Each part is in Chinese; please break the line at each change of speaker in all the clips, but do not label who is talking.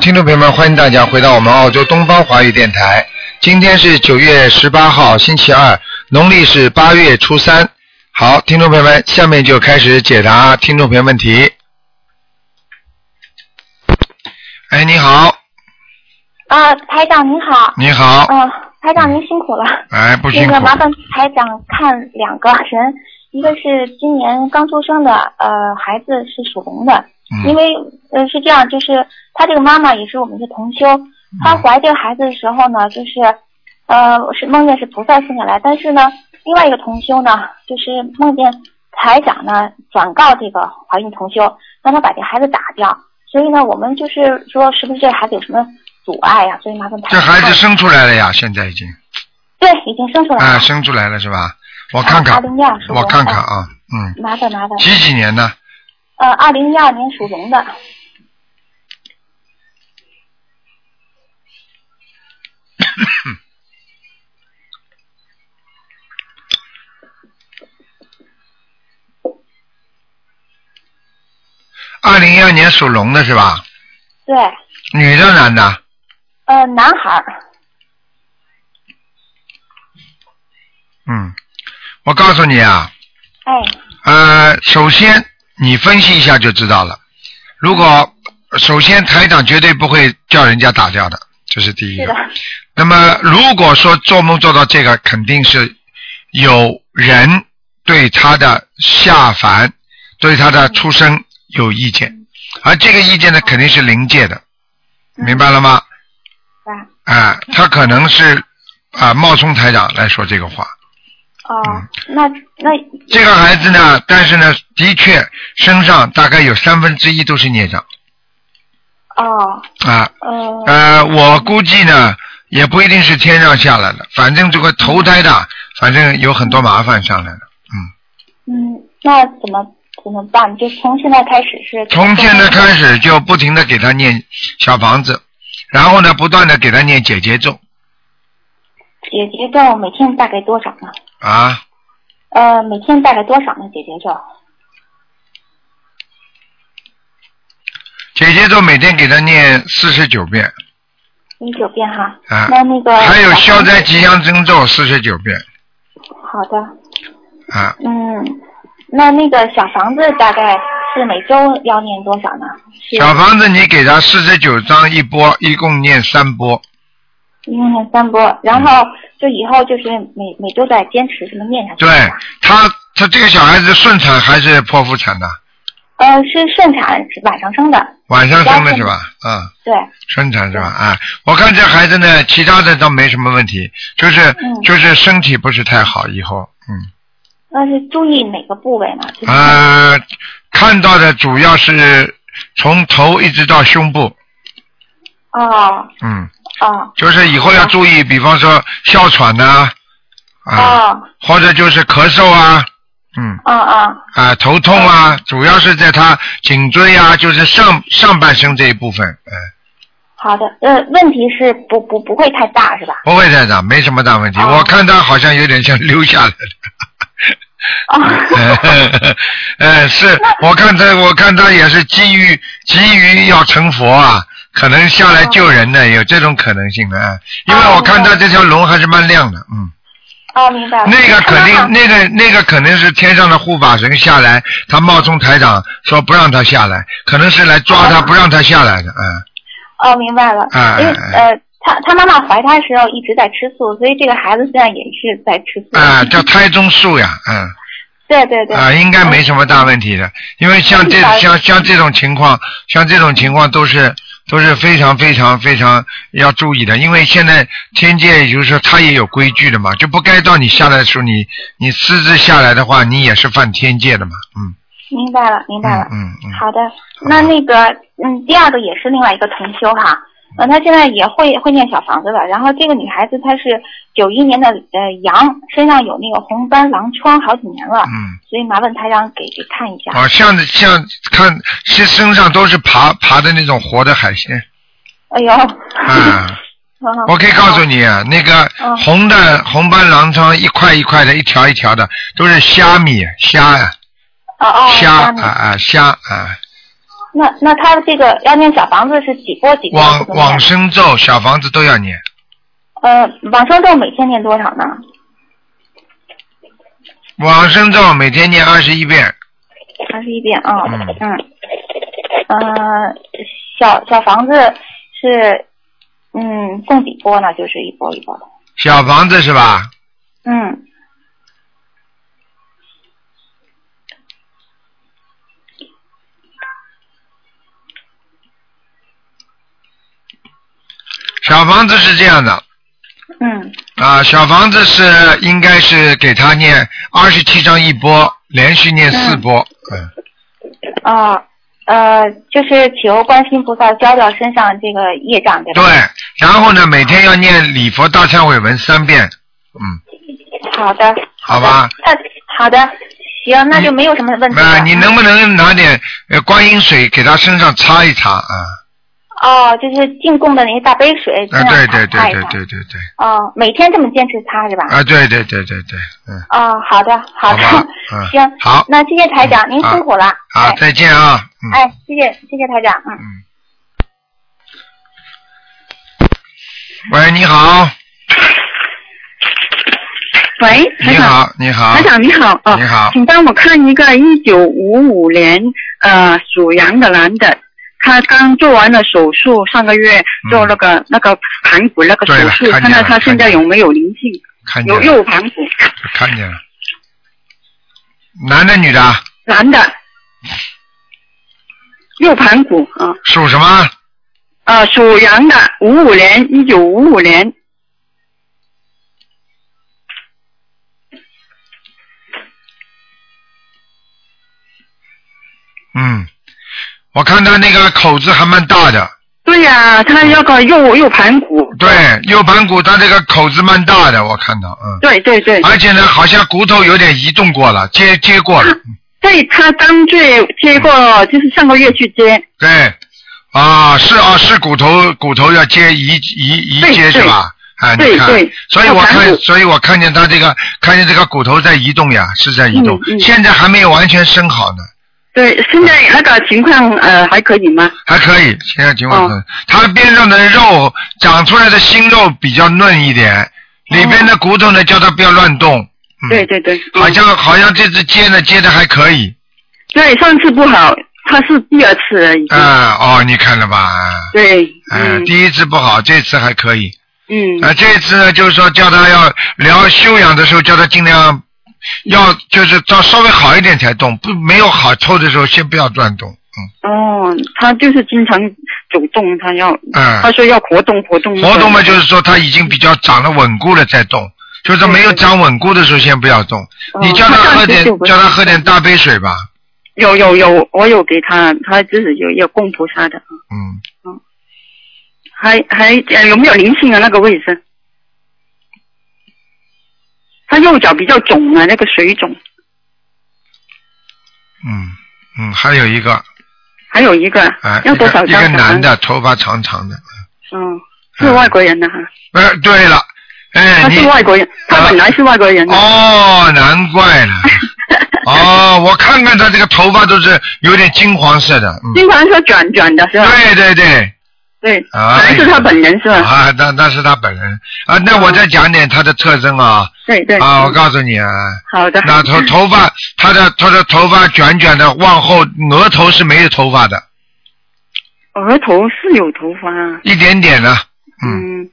听众朋友们，欢迎大家回到我们澳洲东方华语电台。今天是九月十八号，星期二，农历是八月初三。好，听众朋友们，下面就开始解答听众朋友问题。哎，你好，
啊，台长您好。
你好，
嗯、台长您辛苦了。
哎，不辛
那
苦
个，麻烦台长看两个人，一个是今年刚出生的呃孩子是属龙的，因
嗯
为呃是这样，就是她这个妈妈也是我们是同修，
嗯
她怀这个孩子的时候呢，就是呃是梦见是菩萨送下来，但是呢，另外一个同修呢，就是梦见台长呢转告这个怀孕同修，让他把这孩子打掉，所以呢，我们就是说是不是这孩子有什么阻碍呀、所以麻烦台
这
长
孩子
看
生出来了呀，现在已经，
对已经生出来了，啊
哎，生出来了是吧？我看看
二，零一二属龙
我看看
的，
啊，嗯，
麻烦麻烦。
几几年的？
呃，二零一二年属龙的，
二零一二年属龙的是吧？
对，
女的男的？
呃，男孩儿，
嗯，我告诉你啊，
哎，
呃，首先你分析一下就知道了。如果首先台长绝对不会叫人家打掉的，这是第一
是
个
的。，
那么如果说做梦做到这个，肯定是有人对他的下凡、对他的出生有意见，而这个意见呢，肯定是灵界的，
嗯
明白了吗？
是吧？
啊、他可能是啊、冒充台长来说这个话。
哦
嗯，
那那
这个孩子呢，但是呢，的确身上大概有三分之一都是孽障
哦，
啊。
呃，
呃，我估计呢，也不一定是天上下来的，反正这个投胎的，反正有很多麻烦上来了。
嗯，那怎么怎么办？就从现在开始是
从现在开始就不停的给他念小房子，然后呢，不断的给他念解结咒
解结咒，每天大概多少呢？
啊。
呃，每天大概多少呢？解结咒？
解结咒每天给他念四十九遍
一九遍哈。
啊，
那那个
还有消灾
在
吉祥真咒四十九遍
好的，
啊。
嗯，那那个小房子大概是每周要念多少呢？是
小房子你给他四十九章一波，一共念三波。
一共念三波，
嗯
然后就以后就是每每周再坚持这么念下去。
对他，他这个小孩子顺产还是剖腹产的？
呃，是顺产，是晚上生的，
晚上生的是吧？啊、
对，
顺产是吧？啊，我看这孩子呢，其他的倒没什么问题，就是、
嗯
就是身体不是太好，以后嗯
那是注意哪个部位呢？就是
啊、呃看到的主要是从头一直到胸部，
哦
嗯，
哦
就是以后要注意，比方说哮喘呐、啊，
哦
或者就是咳嗽啊，嗯。
哦哦
啊，头痛啊，主要是在他颈椎啊，就是上上半身这一部分，嗯，
好的，呃，问题是不不不会太大是吧？
不会太大，没什么大问题。
哦
我看他好像有点像溜下来
哦
的，呃，是我看他，我看他也是急于急于要成佛啊，可能下来救人的，有这种可能性的啊。因为
哦
我看他
明白
这条龙还是蛮亮的，嗯，
哦，明白了。
那个肯
啊
定，那个那个肯定是天上的护法神下来，他冒充台长说不让他下来，可能是来抓他，
哦
不让他下来的，嗯。
哦，明白了。
哎哎
因为
哎
呃，他他妈妈怀他的时候一直在吃素，所以这个孩子现在也是在吃素。
啊、叫胎中素呀，嗯，
对对对。
啊、应该没什么大问题的，因为像这
明白
像像这种情况，像这种情况都是都是非常非常非常要注意的，因为现在天界也就是说它也有规矩的嘛，就不该到你下来的时候，你你私自下来的话，你也是犯天界的嘛，嗯
明白了，明白了。
嗯嗯嗯，
好的，那那个，嗯，第二个也是另外一个同修哈，呃，
嗯
她现在也会会念小房子了。然后这个女孩子她是九一年的呃羊，身上有那个红斑狼疮好几年了，
嗯，
所以麻烦台长给给看一下。
啊，像像看身身上都是爬爬的那种活的海鲜，
哎呦，
啊、我可以告诉你啊，那个
嗯
红的红斑狼疮一块一块的，一条一条的，都是虾米虾呀，
哦哦，
虾
米
啊啊虾啊，
那那他这个要念小房子是几波几波
往
这么念？
往生咒、小房子都要念，
呃，往生咒每天念多少呢？
往生咒每天念二十一遍，
二十一遍啊，
嗯
嗯，呃，小小房子是，嗯，供几波呢？就是一波一波的，
小房子是吧？
嗯，
小房子是这样的
嗯，
啊，小房子是应该是给他念二十七章一波，连续念四波，嗯，
啊、呃，就是求观世音菩萨消掉身上这个业障，对吧？
对，然后呢，每天要念礼佛大忏悔文三遍，嗯，
对。好的。
好吧。
那好的，行，那就没有什么
嗯
问题
那
了。
你能不能拿点呃观音水给他身上擦一擦啊？
哦，就是进贡的那些大杯水，尽
啊，
量擦
对对对
擦一
对
擦
对对对，
哦，每天这么坚持擦是吧？
啊，对对对对对，嗯，
哦，好的，好的，
好吧嗯
行，
好嗯
那谢谢台长，您辛苦了，哎
哎
好，再见啊，嗯。
哎，哎，谢谢，谢谢台长，嗯。
嗯喂，你好，
喂，台
你
长，
好，你好
台，长你好，哦，
你好
请帮我看一个一九五五年呃属羊的男的，他刚做完了手术，上个月做那个、那个盘骨那个
嗯
手
对
术，
了看见
看
了
看他现在有没有灵性，
看见
有
了，
右盘骨，
看见了，男的女的啊，
男的，右盘骨啊，
属什么？
呃属羊的，五五年，一九五五年，
嗯，我看他那个口子还蛮大的，
对呀、他那个右右盘骨，
嗯
嗯
对，右盘骨他这个口子蛮大的，我看到，嗯，
对对对，
而且呢，好像骨头有点移动过了，接接过了，
对他刚去接过，就是上个月去接。
对，哎啊，是啊，是骨头骨头要接移移移
对
接是
对
吧？啊，你
对
看
对，
所以
要
我
盘
看，
骨
所以我看见他这个，看见这个骨头在移动呀，是在移动，
嗯嗯
现在还没有完全生好呢，
对，现在那个情况呃还可以吗？
还可以，现在情况
哦
可以。它边上的肉长出来的新肉比较嫩一点，里边的骨头呢，叫它不要乱动。嗯、
哦对，对对，
好
嗯
像好像这次接呢，接的还可以。
对上次不好，他是第二次了已经。
啊、哦，你看了吧？啊
对，
嗯、
嗯
第一次不好，这次还可以。啊、
嗯，
这次呢，就是说叫他要聊修养的时候，叫他尽量要就是到稍微好一点才动，不没有好透的时候，先不要乱动。嗯
哦，他就是经常走动，他要，
嗯。
他说要活动活动。
活动嘛，就是说它已经比较长了稳固了再动，就是没有长稳固的时候先不要动。
哦
你叫他喝点
上次就，不
叫他喝点大杯水吧。
有有有，我有给他，他就是有有供菩萨的，
嗯，
还还呃有没有灵性啊？那个位置，他右脚比较肿啊，那个水肿，
嗯嗯，还有一个
还有一个
啊，
要
一
多少
个一
张
个
小
男
房子？
的，头发长长的。
嗯，是外国人的哈。
呃，对了，哎，
他
你
是外国人，他本来是外国人的。
哦，难怪 了。哦，我看看他这个头发都是有点金黄色的。嗯，
经常说转转的是吧？
对对对。
对，
啊
还是他本人是吧？
啊，那那是他本人啊。那我再讲点他的特征啊
对对。
啊，我告诉你啊，
好的。
那头头发，他的他的头发卷卷的，往后额头是没有头发的，
额头是有头发啊。
一点点的，嗯，
嗯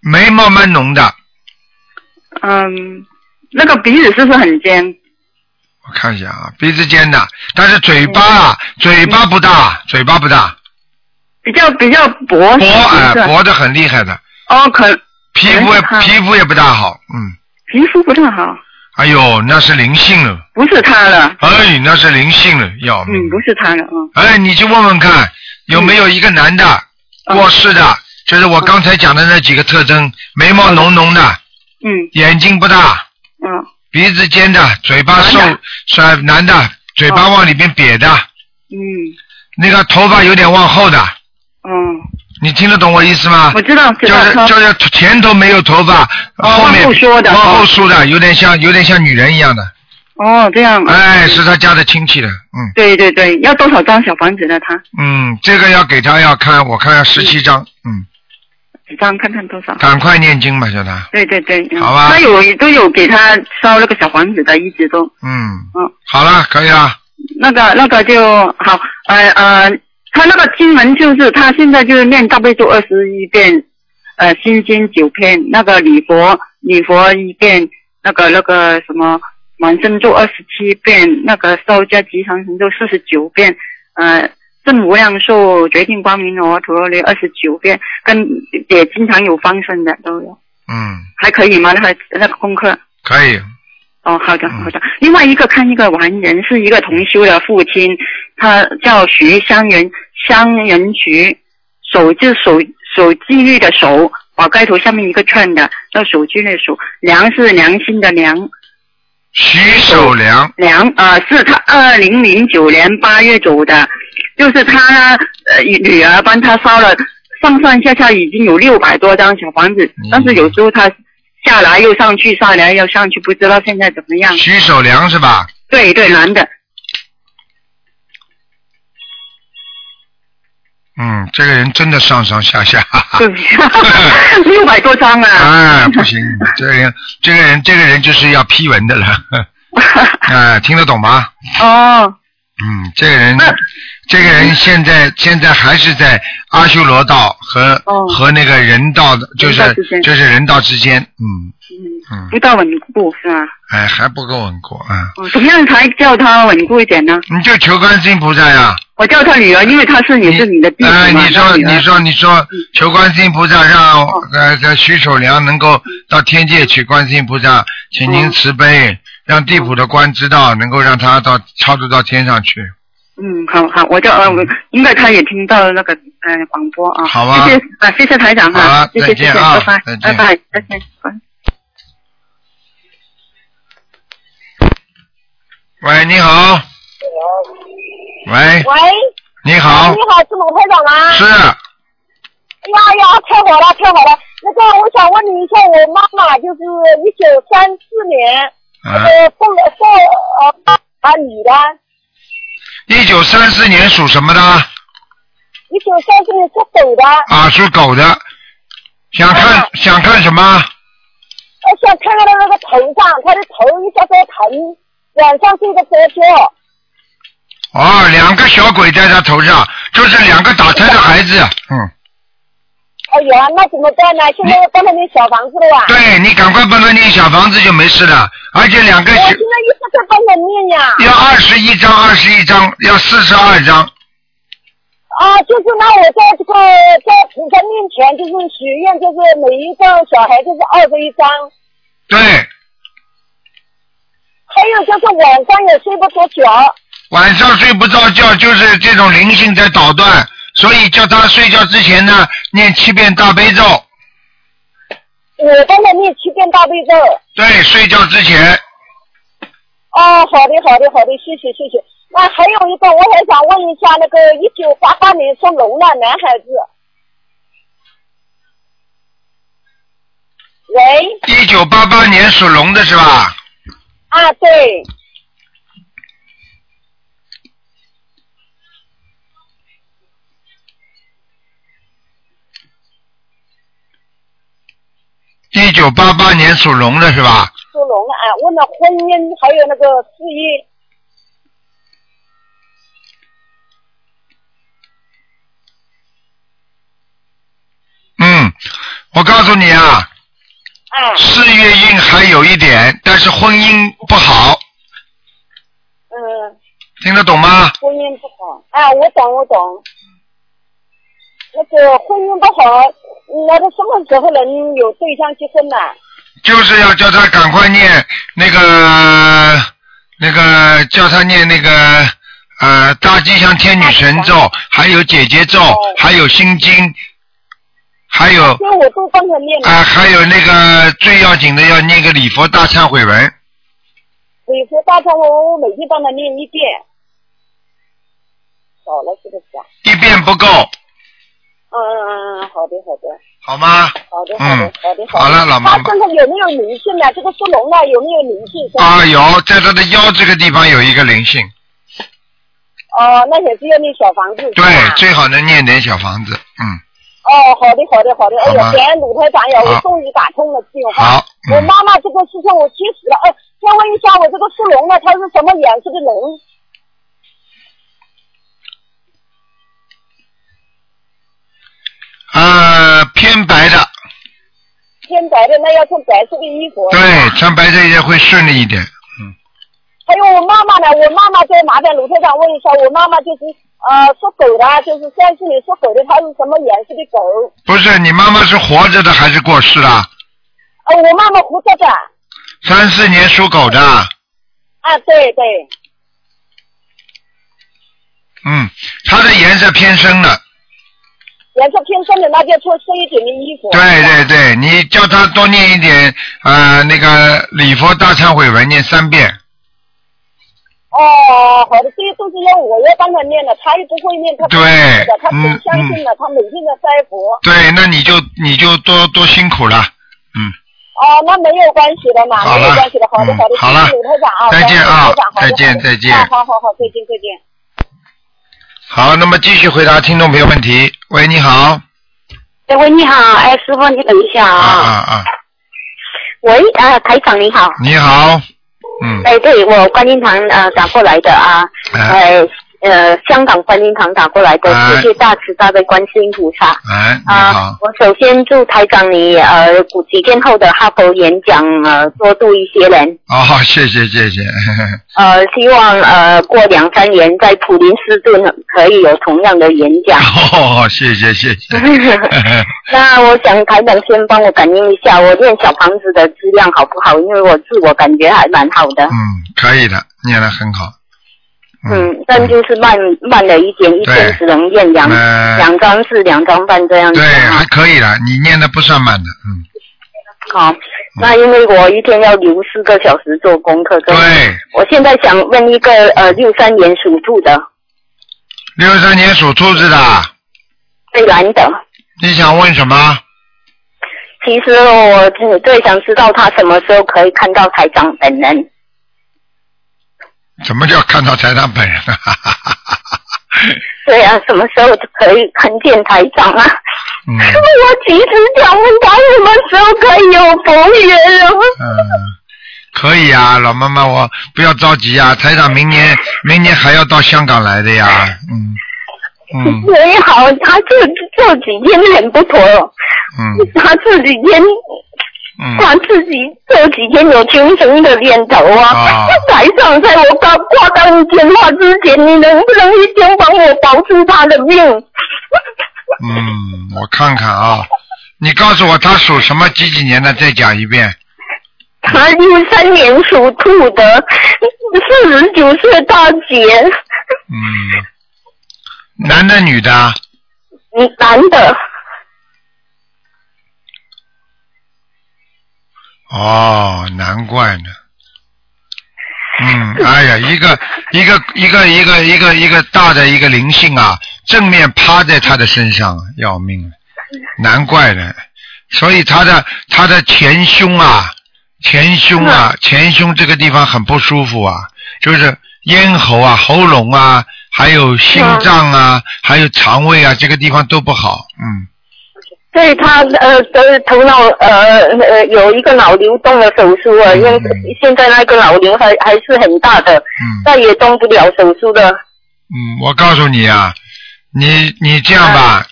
眉毛蛮浓的，
嗯，那个鼻子是不是很尖？
我看一下啊，鼻子尖的，但是嘴巴啊，
嗯
嘴巴不大，嘴巴不大，
比较比较薄。
薄啊
嗯是吧
薄的很厉害的，
哦，可
皮肤也
可能是他
皮肤也不大好，嗯，
皮肤不太好，
哎呦，那是灵性了，
不是他了。
哎，那是灵性了，要命
嗯，，不是他了啊。嗯
哎，你去问问看，有没有一个男的
嗯
过世的，就是我刚才讲的那几个特征，眉毛浓浓的，
嗯
眼睛不大。
嗯
鼻子尖的，嘴巴瘦
男的，
甩男的，嘴巴往里边瘪的，
嗯
那个头发有点往后的，
嗯，
你听得懂我意思吗
我？知道知
就
道
是
他。
啊就是前头没有头发，
哦
后面
往后梳的
往后梳的，有点像有点像女人一样的，
哦，这 样。
哎，是他家的亲戚的，嗯
对对对，要多少张小房子呢？他
嗯，这个要给他要看，我看要十七张，嗯，
几张？看看多少？
赶快念经吧，叫他，
对对对。嗯
好吧
他有都有给他烧那个小房子的，一直都。
嗯
嗯，
好了，可以啊了，
那个那个就好，呃呃，他那个经文就是他现在就是念大悲咒二十一遍，呃心经九篇，那个礼佛礼佛一遍，那个那个什么往生咒二十七遍，那个烧加吉祥神咒四十九遍，呃正无量寿决定光明罗陀罗尼二十九遍，跟也经常有放生的都有，
嗯，
还可以吗？那个那个功课？
可以，
哦，好的
嗯
好的。另外一个看一个完人是一个同修的父亲，他叫徐香人，香人徐，手就手手纪律的手，宝盖头下面一个圈的叫手纪律手，良是良心的良，
徐守良，
梁啊、呃是他二零零九年八月走的，就是他呃女儿帮他烧了上上下下已经有六百多张小房子
嗯，
但是有时候他下来又上去，下来又上去，不知道现在怎么样。
徐守良是吧？
对对，男的。
嗯，这个人真的上上下下， 哈哈
对不起， 六百多张啊！
哎，不行，这个人，这个人，这个人就是要批文的了， 哎，听得懂吗？
哦，
嗯，这个人
那，
这个人现在现在还是在阿修罗道和、
哦
和那个人道的，就
人道之
是
间
就是人道之间，嗯
嗯，
嗯，
不到稳固是吧？
哎，还不够稳固啊！
哦怎么样才叫他稳固一点呢？
你就求观世音菩萨呀，
我叫他女儿，因为她是也是你的弟子嘛。
哎，你
她
说
女儿嗯哦
你说你说，求观世音菩萨让呃这徐守良能够到天界去，观世音菩萨请您
嗯哦
慈悲，让地府的官知道，能够让他到超度到天上去。
嗯，好好，我叫呃，我应该他也听到了那个呃广播啊。
好啊
谢谢啊，谢谢台长
好啊
哈，谢
再
谢谢谢，
见啊
拜拜
再见
拜拜再见，拜。
喂，你好。喂，
喂，
你好
你，好，是鲁台长吗？
是。
哎呀呀，太好了，太好了！那个，我想问你一下，我妈妈就是一九三四年，
啊，
呃，凤凤呃啊女的，
一九三四年属什么的？
一九三四年属狗的，
啊，属狗的。想看、
啊
想看什么？
我想看看她那个头上，她的头一下在疼，晚上睡得着觉。
哦，两个小鬼在他头上，就是两个打胎的孩子。嗯，
哎呀，那怎么办呢？现在要帮她念小房子了啊！
对你赶快帮他念小房子就没事了，而且两个
我
小
现在一直在帮她念呀。
要二十一张，二十一张，要四十二张。
啊，就是那我在这个在菩萨面前就是许愿，就是每一个小孩就是二十一张，
对，
还有就是晚上也睡不着觉。
晚上睡不着觉，就是这种灵性在捣乱，所以叫他睡觉之前呢，念七遍大悲咒。
我帮他念七遍大悲咒。
对，睡觉之前，
哦，好的，好的，好的，谢谢，谢谢。那还有一个，我还想问一下，那个一九八八年属龙的男孩子。喂，
一九八八年属龙的是吧？
啊，对，
一九八八年属龙的是吧？
属龙的啊，问了婚姻还有那个事业。
嗯，我告诉你啊，
啊，
事业运还有一点，但是婚姻不好，
嗯。
听得懂吗？
婚姻不好。啊，我懂，我懂。那个婚姻不好，那个什么时候能有对象结婚呢？
就是要叫他赶快念那个那个，叫他念那个呃大吉祥天女神咒，还有姐姐咒，还有心经，还有
因为我都帮他念
啊、
了，
还有那个最要紧的要念个礼佛大忏悔文。
每佛大忏悔文我每天帮他念一遍，少了是不是啊？
一遍不够，
嗯嗯嗯嗯，好的好的，
好吗？
好
好的，好
嗯
的，好的，
好
的
了，老
他
妈妈
身上有没有灵性
啊
呢？这个猪笼呢有没有灵性？
啊，有在他的腰这个地方有一个灵性，
哦，那也是要念小房子。是吧
对，最好能念点小房子，嗯，
哦，好的，好的，好的。哎
好
呀，
吧
感恩鲁台长呀，
好
我终于打通了电话。
好，
我
嗯，
妈妈这个事情我确实了。哎，先问一下，我这个树龙呢，它是什么颜色的龙？
呃，偏白的，
偏白的，那要穿白色的衣服。啊
对，穿白这些会顺利一点，
还有我妈妈呢，我妈妈再麻烦卢台长问一下，我妈妈就是呃属狗的啊，就是三十里属狗的，它是什么颜色的狗？
不是你妈妈是活着的还是过世了？
呃，我妈妈活着的。
三四年属狗的，
啊，对对。
嗯，它的颜色偏深了，
颜色偏深的，那就穿深一点的衣服。啊
对
是吧
对对，你叫他多念一点，呃，那个礼佛大忏悔文念三遍，
哦，好的，这些都是要我要帮他念的，他又不会念，他不
对
的，他不
嗯
相信的，他每天在拜佛。
对，那你就你就多多辛苦了，嗯，
哦，那没有关系的嘛，
好了
没有关系的，好的
嗯
好的，
好了
谢谢卢台长啊，
再见啊
卢台长好的
再见
好的
再见
啊好好好，再见再见。
好，那么继续回答听众朋友问题。喂，你好，
哎喂，你好，哎，师傅，你等一下
啊啊
啊。
啊，
喂，啊，台长你好。
你好，嗯，
哎，对，我观音堂呃打过来的啊，
哎
哎呃，香港观音堂打过来的，
哎
谢谢大慈大悲观世音菩萨。
哎，你
啊
好，，
我首先祝台长你呃几天后的哈佛演讲呃多度一些人，
哦，谢谢谢谢，
呃希望呃过两三年在普林斯顿可以有同样的演讲。
哦，谢谢谢谢，
那我想台长先帮我感应一下，我练小房子的质量好不好？因为我自我感觉还蛮好的。
嗯，可以的，念的很好，
嗯，但就是慢慢了一点，一天只能练两
呃，
两张是两张半这样子
对，还
啊。
可以了，你念的不算慢的，嗯，
好，哦那因为我一天要留四个小时做功课，所以
对，
我现在想问一个呃六三年属兔的
六三年属兔子的，
最蓝的，
你想问什么？
其实我最最想知道他什么时候可以看到台长本人。
怎么叫看到台上本人了？
对啊，什么时候可以看见台长啊？
嗯
我其实想问他什么时候可以有佛缘啊？
嗯，可以啊，老妈妈，我不要着急啊，台长明年明年还要到香港来的呀，嗯嗯
所以好，他这这几天很不妥哦。
嗯
他这几天，
嗯，
他自己这几天有轻生的念头
啊
啊。台上在我挂挂断电话之前，你能不能一定帮我保住他的命？
嗯，我看看啊，你告诉我他属什么几几年的，再讲一遍。
他六三年属兔的，四十九岁大姐，
嗯，男的女的？啊
男的，
哦，难怪呢。嗯，哎呀，一个一个一个一个一个一个大的一个灵性啊，正面趴在他的身上啊，要命了，难怪呢。所以他的他的前胸啊，前胸啊，前胸这个地方很不舒服啊，就是咽喉啊、喉咙啊，还有心脏啊，还有肠胃啊，这个地方都不好。嗯，
对他呃的头脑呃呃有一个脑瘤动了手术啊，因为
嗯
现在那个脑瘤还还是很大的，
嗯。
再也动不了手术的。
嗯，我告诉你啊，你你这样吧，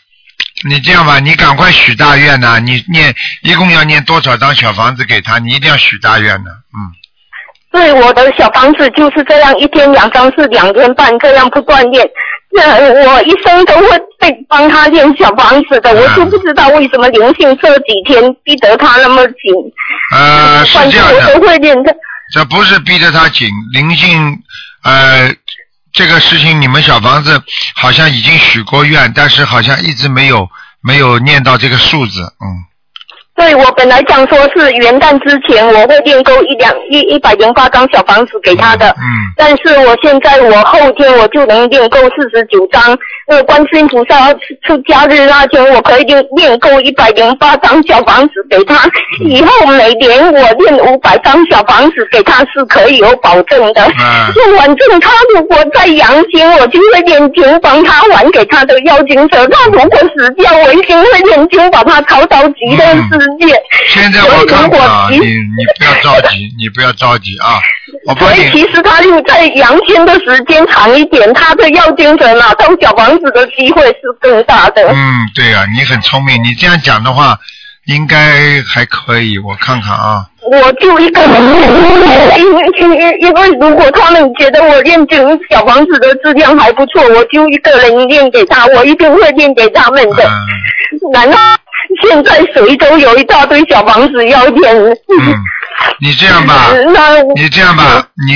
你这样吧，你赶快许大愿呐、你念一共要念多少张小房子给他？你一定要许大愿呢、嗯，
对，我的小房子就是这样，一天两张是两天半，这样不断练。那我一生都会被帮他练小房子的，
嗯
我就不知道为什么灵性这几天逼得他那么紧。
呃，是
反
这
正
样
我
的，
都会练的。
这不是逼着他紧，灵性，呃，这个事情你们小房子好像已经许过愿，但是好像一直没有没有念到这个数字，嗯，
对我本来想说是元旦之前我会练够一两一一百零八张小房子给他的，
嗯，
但是我现在我后天我就能练够四十九张，那个观世音菩萨出家日那天我可以练练够一百零八张小房子给他，以后每年我练五百张小房子给他是可以有保证的。
啊，
就反正他如果在阳间，我就会念经帮他还给他的妖精者；他如果死掉，我一定会念经把他超到极乐世界。
现在我看看啊，你你不要着急，你不要着急啊，我帮
所以
你
其实他又在阳间的时间长一点，他的要精神拿到小房子的机会是更大的。
嗯，对啊，你很聪明，你这样讲的话，应该还可以，我看看啊，
我就一个人，因为因为因为如果他们觉得我练这种小房子的质量还不错，我就一个人练给他，我一定会练给他们的。
嗯
难道现在谁都有一大堆小房子要练？
嗯，你这样吧，
那我
你这样吧，你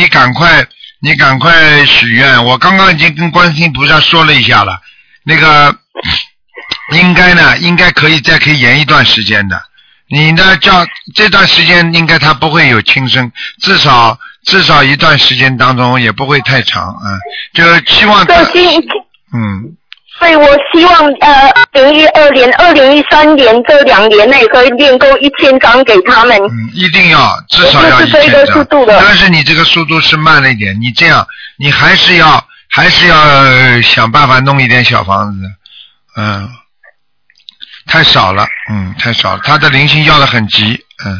你赶快，你赶快许愿。我刚刚已经跟观世音菩萨说了一下了，那个应该呢，应该可以再可以延一段时间的。你呢，叫这段时间应该他不会有轻生，至少至少一段时间当中也不会太长啊、嗯就希望他
这今，
嗯
所以我希望呃，二零一二年、二零一三年这两年内可以练够一千张给他们。
嗯，一定要至少要
我
一
是这
千
个
张
速度，的
但是你这个速度是慢了一点，你这样你还是要还是要呃想办法弄一点小房子，嗯，太少了，嗯，太少了，他的灵性要的很急，嗯，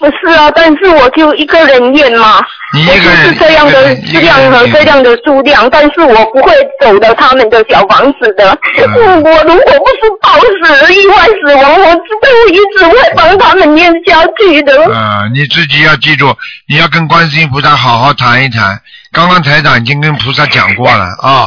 不是啊，但是我就一个人练嘛，
你
我
一
就
个
是
人
这样的
一
质
个人一
量
个
和
人
这样的数量，但是我不会走的他们的小房子的。
嗯
我如果不是暴死、意外死亡，我知道我一直会帮他们练下去 的。
啊，你自己要记住，你要跟观世音菩萨好好谈一谈。刚刚台长已经跟菩萨讲过了啊，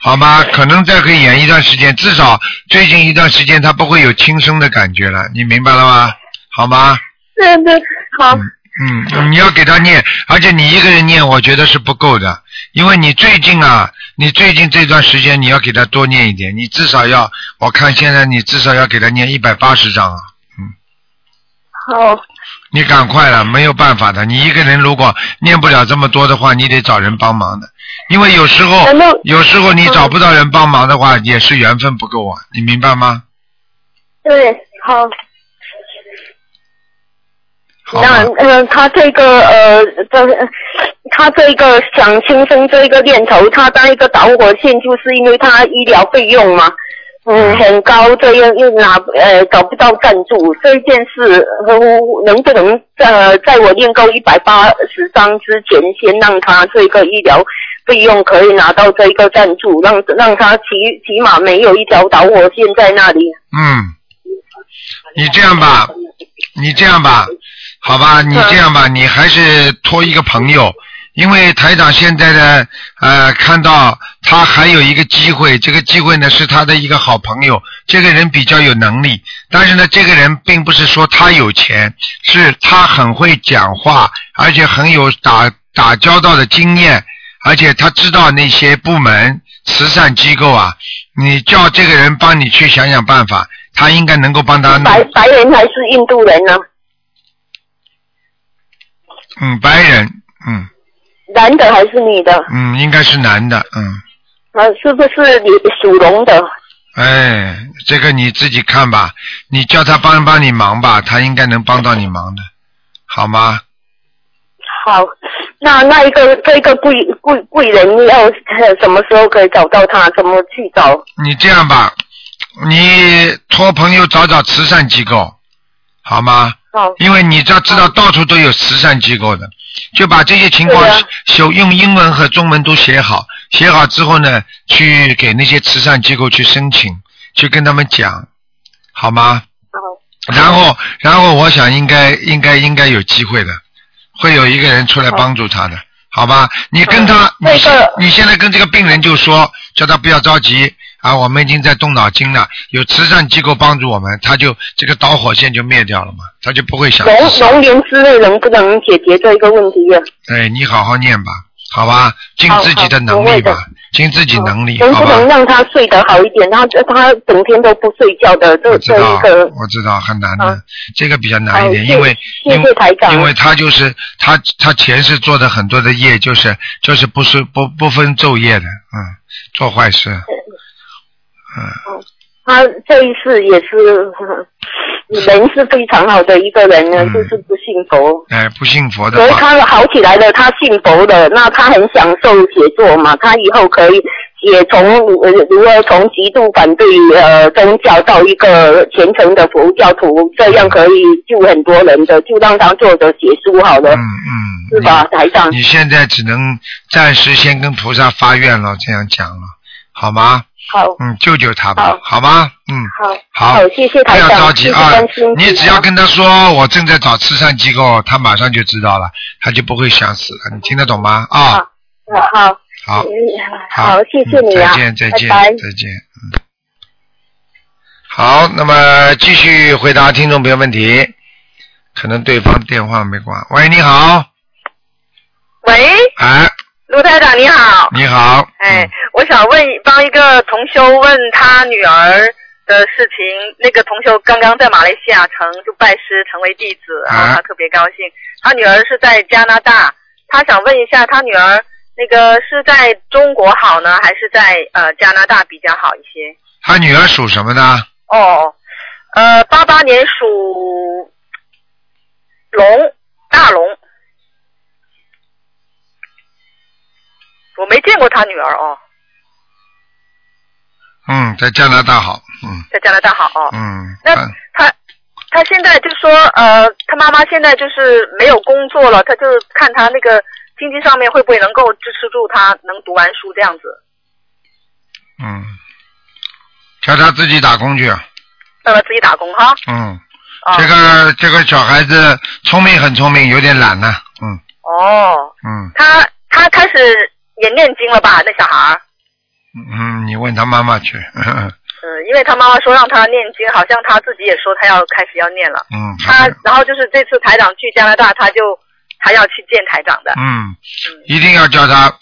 好吗？可能再可以延一段时间，至少最近一段时间他不会有轻生的感觉了，你明白了吗？好吗？
对对，好，
嗯，你要给他念，而且你一个人念，我觉得是不够的，因为你最近啊，你最近这段时间你要给他多念一点，你至少要，我看现在你至少要给他念一百八十章啊。
好，
你赶快了，没有办法的。你一个人如果念不了这么多的话，你得找人帮忙的，因为有时候
难道
有时候你找不到人帮忙的话，也是缘分不够啊，你明白吗？
对，好。
好
那
吧，
呃，他这个呃，这他这个想轻生这个念头，他当一个导火线，就是因为他医疗费用嘛，嗯，很高，这样又拿呃找不到赞助，这件事呃能不能呃在我练够一百八十张之前，先让他这个医疗费用可以拿到这一个赞助，让让他起起码没有一条导火线在那里。
嗯，你这样吧，你这样吧，好吧，你这样吧，你还是托一个朋友，因为台长现在的呃，看到他还有一个机会，这个机会呢是他的一个好朋友，这个人比较有能力，但是呢，这个人并不是说他有钱，是他很会讲话，而且很有打打交道的经验，而且他知道那些部门、慈善机构啊，你叫这个人帮你去想想办法，他应该能够帮他弄。
白白人还是印度人呢、
嗯，白人，嗯
男的还是女的？
嗯，应该是男的，嗯，
啊，是不是你属龙的？
哎，这个你自己看吧，你叫他帮帮你忙吧，他应该能帮到你忙的，好吗？
好，那那一个这个贵贵贵人要呃什么时候可以找到他？怎么去找？
你这样吧，你托朋友找找慈善机构，好吗？
好，
因为你知道知道到处都有慈善机构的，就把这些情况
对啊
写用英文和中文都写好，写好之后呢，去给那些慈善机构去申请，去跟他们讲，好吗？然后，然后我想应该应该应该有机会的，会有一个人出来帮助他的，好吧？你跟他，
嗯那
你现
个
你现在跟这个病人就说，叫他不要着急啊，我们已经在动脑筋了，有慈善机构帮助我们，他就这个导火线就灭掉了嘛，他就不会想自
龙
杀。
龙年之内能不能解决这一个问题呀、啊
哎，你好好念吧，好吧，尽
好
自己的能力吧
好我会，嗯
尽自己能力，
能
好
不
吧
能？让他睡得好一点？他他整天都不睡觉的，这
我知
这一
道
个，
我知道很难的，
啊
这个比较难一点，
好
因为
谢谢
因为
台长
因为他就是他他前世做的很多的业，就是就是不是不不分昼夜的，嗯，做坏事，
他这一世也是呵呵人是非常好的一个人呢，
嗯
就是不信佛。
哎，不信佛的
所以
话，
他好起来了，他信佛了，那他很享受写作嘛，他以后可以也从呃如何从极度反对呃宗教到一个虔诚的佛教徒，这样可以救很多人的，就让他做着写书好了，
嗯嗯，
是吧，台长
你？？你现在只能暂时先跟菩萨发愿了，这样讲了，好吗？
好，
嗯，救救他吧
好，
好吗？嗯，
好，
好
谢谢
不
台
要
长，
着急
谢谢
啊
关心！
你只要跟他说我正在找慈善机构，他马上就知道了，他就不会想死了。你听得懂吗？啊，
好好
好，
好，谢谢
嗯
你啊，
再见，再见，
拜拜。
再见。嗯，好，那么继续回答听众朋友问题。可能对方电话没挂。喂，你好，
喂，
哎，
卢台长你好，
你好，
哎，我想问帮一个同修问他女儿的事情。那个同修刚刚在马来西亚城就拜师成为弟子，然后
啊
他特别高兴。他女儿是在加拿大，他想问一下他女儿那个是在中国好呢，还是在呃加拿大比较好一些？
他女儿属什么呢？
哦，呃，八八年属龙，大龙。我没见过他女儿哦，
嗯，在加拿大好，嗯
在加拿大好哦。
嗯，
那
嗯
他他现在就说，呃，他妈妈现在就是没有工作了，他就是看他那个经济上面会不会能够支持住他能读完书这样子。
嗯，叫他自己打工去，啊
让他自己打工哈。
嗯。
哦
啊、
这个这个小孩子聪明很聪明，有点懒呢、嗯
哦，
嗯
他他开始也念经了吧？那小孩儿。
嗯，你问他妈妈去。
嗯，因为他妈妈说让他念经，好像他自己也说他要开始要念了。
嗯，
他
还是
然后就是这次台长去加拿大，他就他要去见台长的。
嗯，一定要叫他，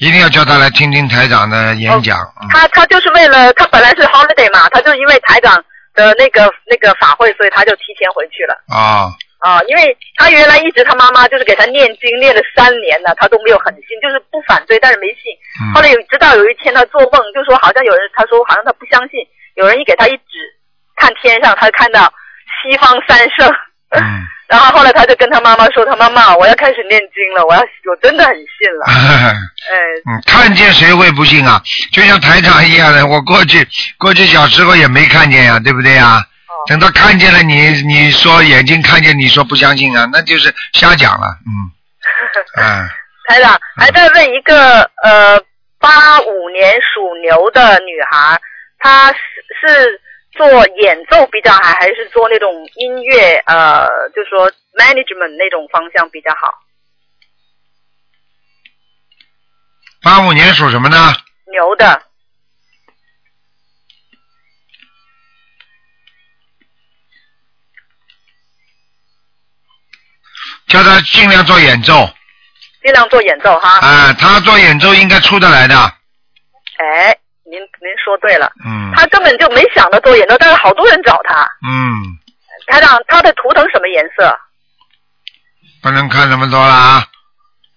一定要叫他来听听台长的演讲。嗯
他他就是为了他本来是 holiday 嘛，他就因为台长的那个那个法会，所以他就提前回去了
啊
啊。因为他原来一直他妈妈就是给他念经念了三年呢，他都没有狠心，就是不反对，但是没信。后
嗯
来有直到有一天他做梦，就说好像有人，他说好像他不相信，有人一给他一指，看天上他看到西方三圣，
嗯
然后后来他就跟他妈妈说，他妈妈我要开始念经了，我要我真的很信了，
啊
哎，
嗯，看见谁会不信啊？就像台长一样的，我过去过去小时候也没看见呀、对不对呀、
哦
等到看见了你，你说眼睛看见，你说不相信啊，那就是瞎讲了。嗯， 哎，
台长还在问一个呃八五年属牛的女孩，她是是做演奏比较好，还是做那种音乐呃，就说 management 那种方向比较好？
八五年属什么呢？
牛的，
叫他尽量做演奏
尽量做演奏哈。
啊，他做演奏应该出得来的。
哎，您您说对了，
嗯
他根本就没想着做演奏，但是好多人找他。
嗯，
台长，他的图腾什么颜色？
不能看这么多了啊。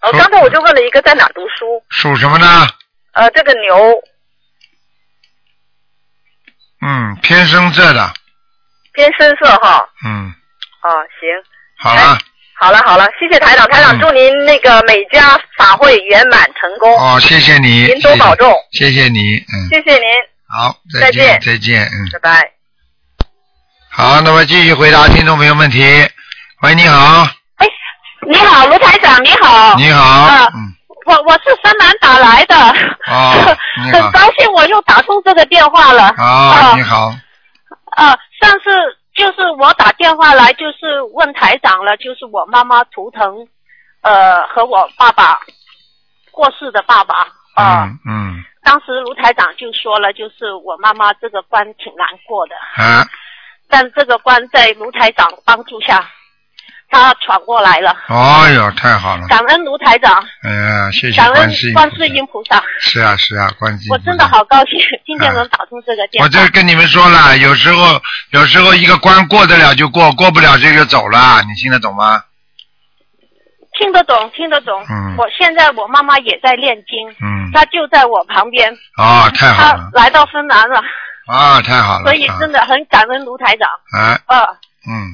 哦，
嗯
刚才我就问了一个在哪读书，
属什么呢？
呃，这个牛
嗯，偏深色的。
偏深色哈。
嗯，
哦，行，
好了。
好了好了，谢谢台长，台长
嗯
祝您那个美家法会圆满成
哎
功，
哦，谢谢你。
您多保重，
谢谢。谢谢你，嗯，
谢谢您，
好，
再
见，
见
再见，嗯，
拜拜。
好，那么继续回答听众朋友问题。喂，你好，
你好，卢台长，你好，
你好
啊，
嗯，
我我是深南打来的，
哦，你
很
好，
高兴我又打通这个电话了。
哦，
啊
你好，
啊，上次就是我打电话来，就是问台长了，就是我妈妈图腾，呃，和我爸爸过世的爸爸啊。
嗯嗯，
当时卢台长就说了，就是我妈妈这个关挺难过的，
啊，
但这个关在卢台长帮助下，
他喘过来了，
哎呦，太好了！
感恩卢台长，
哎呀，谢谢
感
观
恩
世音菩萨
观世音菩萨，
是啊是啊，观世音
我
菩
真
萨
的好高兴，今天能打通这个电
啊
话
我。这跟你们说了，有时候有时候一个关过得了就过，过不了这个就走了，你听得懂吗？
听得懂，听得懂。
嗯
我现在我妈妈也在念经，
嗯，
她就在我旁边，
啊、太好
她
了，
来到芬兰了，
啊，太好了，
所以真的很感恩卢台长。
啊，哎
呃，
嗯，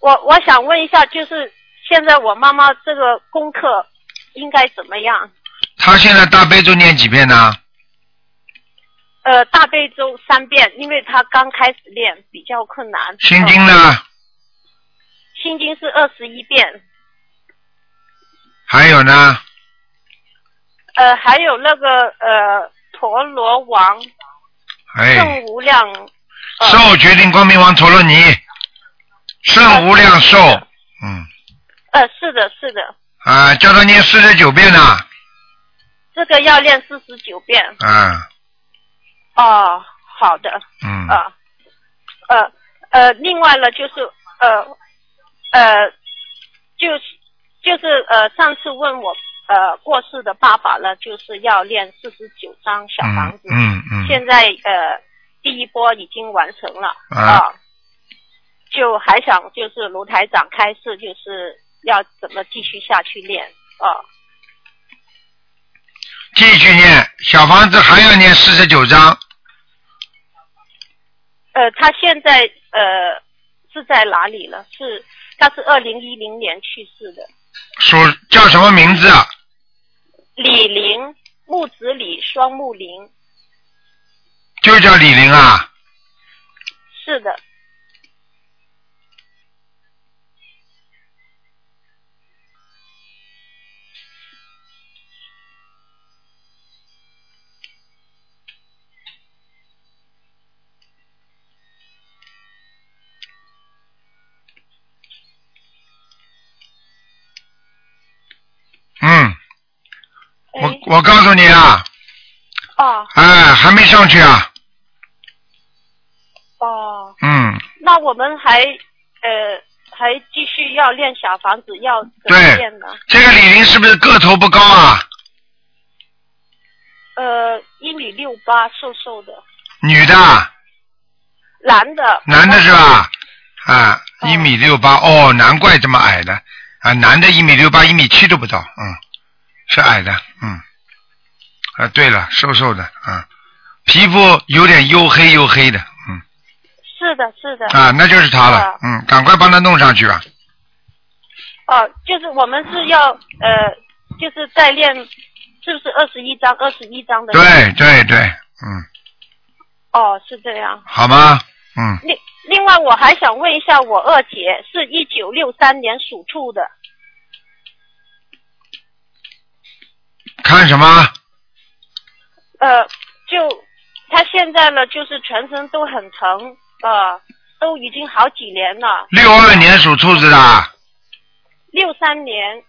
我我想问一下，就是现在我妈妈这个功课应该怎么样？
他现在大悲咒念几遍呢？
呃，大悲咒三遍，因为她刚开始练，比较困难。
心经
呃
呢？
心经是二十一遍，
还有呢？
呃，还有那个呃陀罗王
哎
正，无量，呃、
受决定光明王陀罗尼，圣无量寿，嗯，
呃是的是的，
啊，叫他念四十九遍呢，
这个要练四十九遍。
啊，
哦，好的，
嗯，
啊，呃呃，另外呢，就是呃呃，就是就是呃，上次问我呃过世的爸爸呢，就是要练四十九张小房
嗯
子，
嗯嗯，
现在呃第一波已经完成了
啊
就还想就是卢台长开示，就是要怎么继续下去练啊。
继续念小房子还要念四十九章，
呃，他现在呃是在哪里了？是他是二零一零年去世的，
属叫什么名字啊？
李林，木子李，双木林，
就叫李玲啊，
是的，
嗯，
哎，
我我告诉你啊，
哦
哎，还没上去啊，
哦，
嗯，
那我们还呃还继续要练小房子，要怎
对
么练呢？
这个李玲是不是个头不高啊？
呃，一米六八，瘦瘦的，
女的啊，
男的，
男的是吧？啊，
哦
一米六八，哦，难怪这么矮的，啊，男的一米六八，一米七都不到，嗯，是矮的，嗯，啊，对了，瘦瘦的，啊，皮肤有点黝黑黝黑的，嗯，
是的，是的，
啊，那就是他了
哦，
嗯，赶快帮他弄上去吧，
哦、就是我们是要呃，就是在练，是不是二十一章，二十一章的？
对对对，嗯，
哦，是这样。
好吗？嗯，
另另外，我还想问一下，我二姐是一九六三年属兔的，
看什么？
呃，就她现在呢，就是全身都很疼，呃，都已经好几年了，
六二年属兔子的啊。
六三年，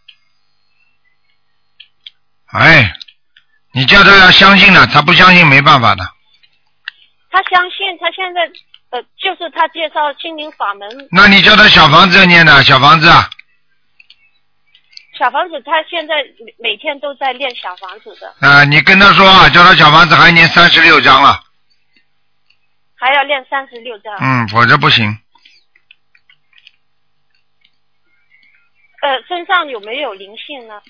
哎，你叫他要相信了，他不相信没办法的。
她相信她现在，呃，就是她介绍心灵法门
那你叫他小房子念的，小房子啊，
小房子，她现在每每天都在练小房子的，
啊你跟他说啊，叫他小房子还念三十六章啊了，
还要练三十六章。
嗯，否则不行。
呃，身上有没有灵性呢？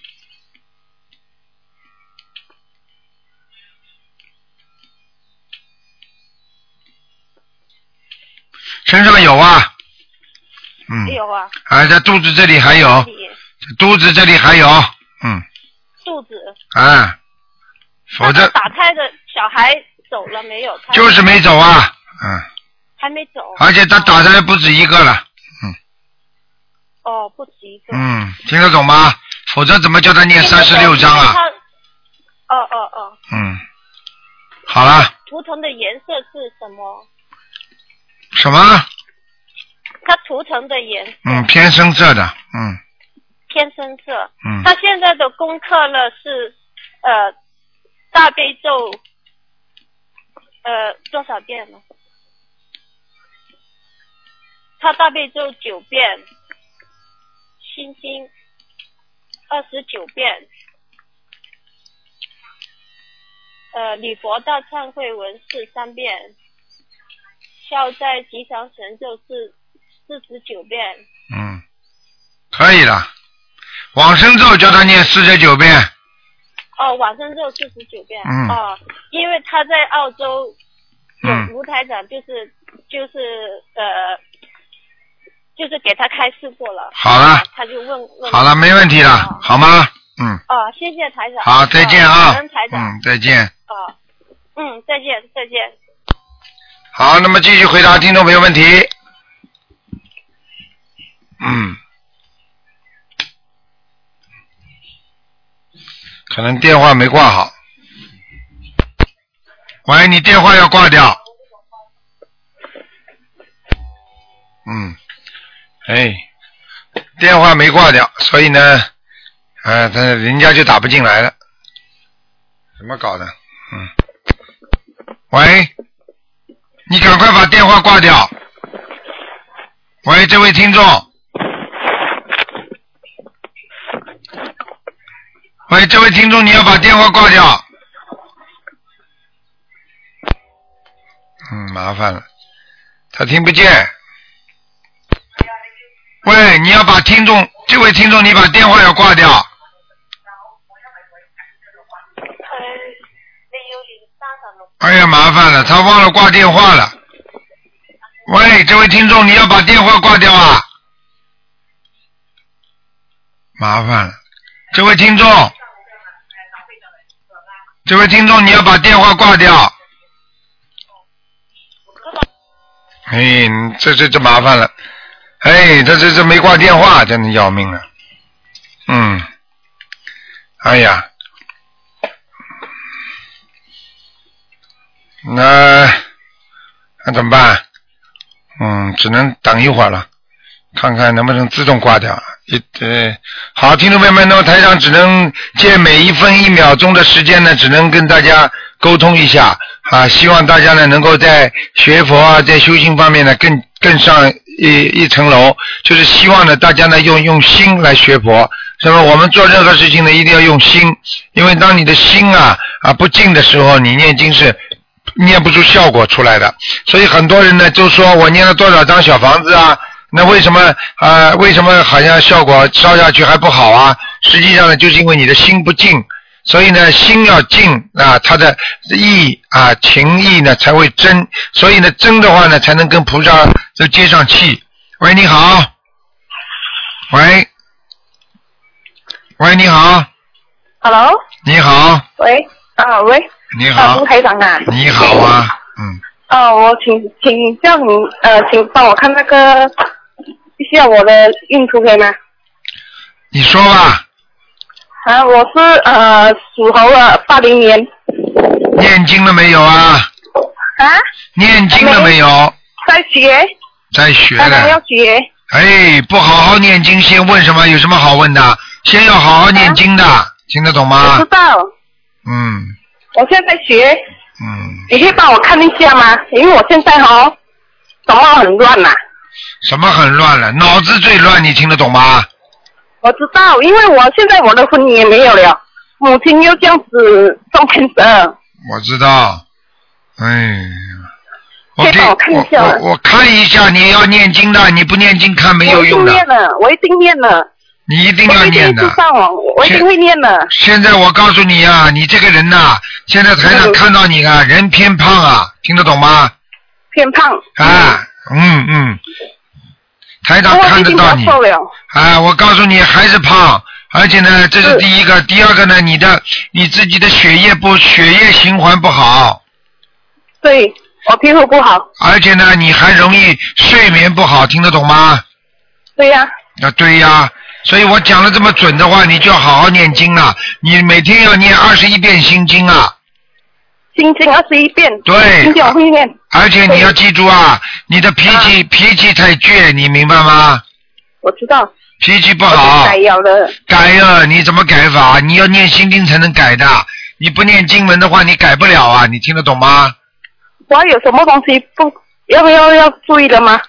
身上有啊，嗯，
没有啊，
哎，在肚子这里还有
这，里
肚子这里还有，嗯，
肚子。
哎，否
那
则
她打胎的小孩走了没有？她
就是没走啊，嗯，
还没走。
而且他打的不止一个了，
哦，不止一个。
嗯，听得懂吗？否则怎么叫他念三十六章啊？
它哦哦哦，
嗯，好了，
图腾的颜色是什么？
什么？
它图腾的颜色
嗯，偏深色的，嗯
偏深色。
嗯，
它现在的功课呢是呃大悲咒呃多少遍呢？它大悲咒九遍，
心经二十九遍，呃，礼佛大忏悔文四三遍，消灾吉祥神咒四四十九遍，
嗯，可以了。往生咒叫他念四十九遍，
哦，往生咒四十九遍，
嗯
哦，因为他在澳洲，
嗯
卢台长就是就是呃，就是给他开示过了，啊
好了
他就问问，
好了，没问题了，好吗？嗯，
哦，谢谢台长，
好，再见
哦
啊
感恩台，长，
嗯，再见。
哦，嗯，再见，再见。
好，那么继续回答听众朋友问题。嗯，可能电话没挂好。喂，你电话要挂掉。嗯，哎，电话没挂掉，所以呢，呃，他人家就打不进来了，怎么搞的？嗯，喂。你赶快把电话挂掉。喂，这位听众。喂，这位听众，你要把电话挂掉。嗯，麻烦了，他听不见。喂，你要把听众，这位听众，你把电话要挂掉。
呃
哎呀，麻烦了，他忘了挂电话了。喂，这位听众，你要把电话挂掉啊！麻烦了，这位听众，这位听众，你要把电话挂掉。哎，这这这麻烦了，哎，他这这没挂电话，真的要命了。嗯，哎呀，那那怎么办？嗯，只能等一会儿了，看看能不能自动挂掉。一呃，好，听众朋友们，那么台长只能借每一分一秒钟的时间呢，只能跟大家沟通一下啊，希望大家呢能够在学佛啊，在修行方面呢更更上一一层楼，就是希望呢大家呢用用心来学佛。那么我们做任何事情呢，一定要用心，因为当你的心啊啊不静的时候，你念经是念不出效果出来的。所以很多人呢，就说我念了多少张小房子啊？那为什么啊、呃为什么好像效果烧下去还不好啊？实际上呢，就是因为你的心不静，所以呢，心要静啊，它的意啊情意呢才会真，所以呢，真的话呢，才能跟菩萨就接上气。喂，你好。喂。喂，你好，
Hello，
你好，
喂，啊喂，
你
啊
好
卢，台长啊，
你好啊，嗯，
啊我请请叫你呃，请帮我看那个呃一下我的运图可以吗？
你说吧，
啊，我是呃属猴的，八零年
念经了没有啊？
啊，
念经了没有？
在学，
在学
当然要
了。
学
哎，不好好念经，先问什么？有什么好问的？先要好好念经的，
嗯
听得懂
我
吗
知？道，
嗯
我现在在学，
嗯，
你可以帮我看一下吗？因为我现在哦，头脑很乱啊呐、
什么很乱了？脑子最乱，你听得懂吗？
我知道，因为我现在我的婚姻也没有了，母亲又这样子呃中偏蛇，
我知道。哎呀，
先
给
帮我看一下
我我我看一下，你要念经的，你不念经看没有
我一定
用
念
的，
了，我一定念了。
你一定
我
要
一
念
定
的。
知道哦，我一定会念的。
现在我告诉你啊，你这个人呐、现在台上
嗯
看到你啊，人偏胖啊，听得懂吗？
偏胖，
啊，嗯嗯，台
不
长
过
看
最
得
近比
到
较
你
瘦了。
啊！我告诉你，还是胖，而且呢，这是
是
第一个，第二个呢，你的你自己的血液不血液循环不好，
对，我皮肤不好。
而且呢，你还容易睡眠不好，听得懂吗？
对呀、
啊，对呀，所以我讲的这么准的话，你就要好好念经了，你每天要念二十一遍心经啊，
心经二十一遍。
对
心经我会念。
而且你要记住啊，你的脾
嗯
气脾气太倔，你明白吗？
我知道，
脾气不
我
好
去，改了的。
改啊，你怎么改法？你要念心经才能改的，你不念经文的话，你改不了啊！你听得懂吗？
我还有什么东西不要不要要注意的吗？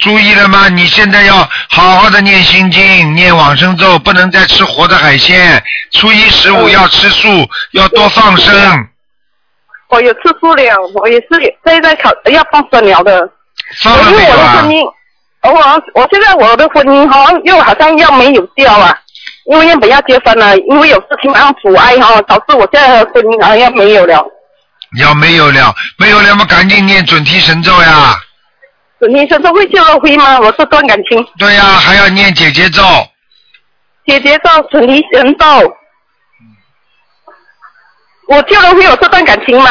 注意了吗？你现在要好好的念心经，念往生咒，不能再吃活的海鲜。初一十五要吃素，要多放生，
我有吃素了，我也是现在考要放生了的。
放了没
因为
有
我的
啊
婚？姻，我好像我现在我的婚姻好像又好像要没有掉啊，因为要本要结婚了，因为有事情好像阻碍哈，导致我现在的婚姻好像要没有了。
要没有了，没有了嘛，赶紧念准提神咒呀。
准提神咒会救了婚吗？我这段感情，
对呀、还要念姐姐咒。
姐姐咒、准提神咒，我救了婚有这段感情嘛？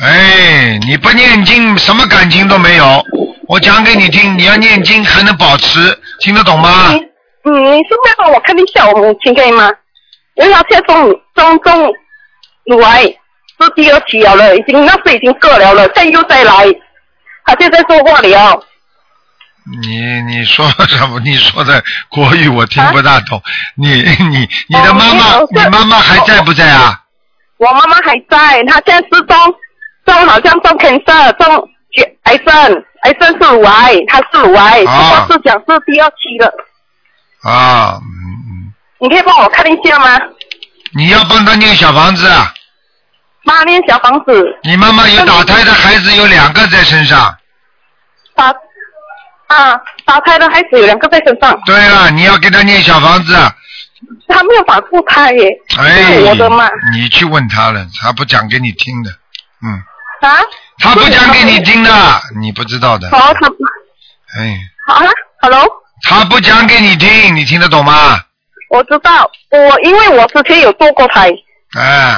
哎，你不念经，什么感情都没有。我讲给你听，你要念经还能保持，听得懂吗？
你嗯你是不是帮我看一下我母亲可以吗？因为她现在中中中乳癌是第二期了了，已经那时已经过了了，现在又再来，她现在说话了。
你你说 什么？你说的国语我听不大懂。
啊
你你你的妈妈，
哦没有
你妈妈还在不在啊？
我妈妈还在，她现在是中中好像中 cancer 中绝癌症，癌症是乳癌，她是乳癌，
啊
不过是讲是第二期了。哦
啊，嗯嗯，
你可以帮我看一下吗？
你要帮她念小房子啊。
妈念小房子，
你妈妈有打胎的孩子有两个在身上。
打啊打胎的孩子有两个在身上，
对了，你要给她念小房子。啊
她没有反复胎耶，
哎
是我的嘛，
你去问她了，她不讲给你听的。嗯，
啊？
她不讲给你听的，你不知道的。
好，他
哎，
好啊，Hello，
她不讲给你听，你听得懂吗？
我知道，我因为我之前有做过胎，
哎，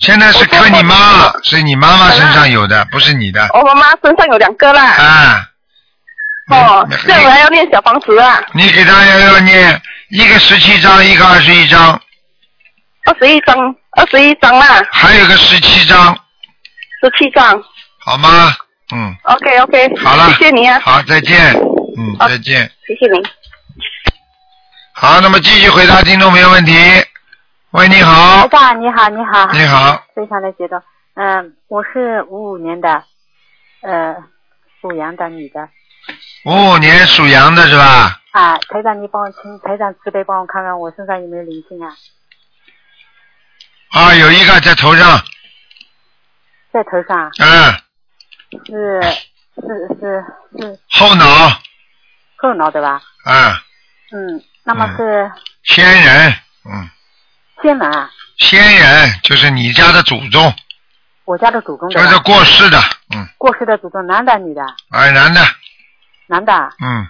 现在是看你妈，是你妈妈身上有的，不是你的。
我妈妈身上有两个啦，
啊。
哦，
你
这样我还要念小房子啊，
你给她要要念一个十七章，一个二十一章，
二十一张，二十一张啦，
还有个十七章，
十七张
好吗？嗯，
，OK OK，
好了
谢谢你啊，
好，再见。嗯，再见。
谢谢你。
好，那么继续回答听众朋友问题。喂，你好哎
台，长，你好，你好，
你好，
非常的激动。嗯、我是五五年的，呃，属羊的女的
五五年属羊的是吧？
啊。台长，你帮我请台长慈悲，帮我看看我身上有没有灵性啊？
啊，有一个在头上，
在头上啊
嗯，
是是是是
后脑，
后脑对吧？
嗯，
嗯，那么
嗯
是
仙人，嗯，
仙人啊，
仙人就是你家的祖宗，
我家的祖宗
就
对吧
是过世的，嗯，
过世的祖宗，男的女的？
哎，男的，
男的啊
嗯，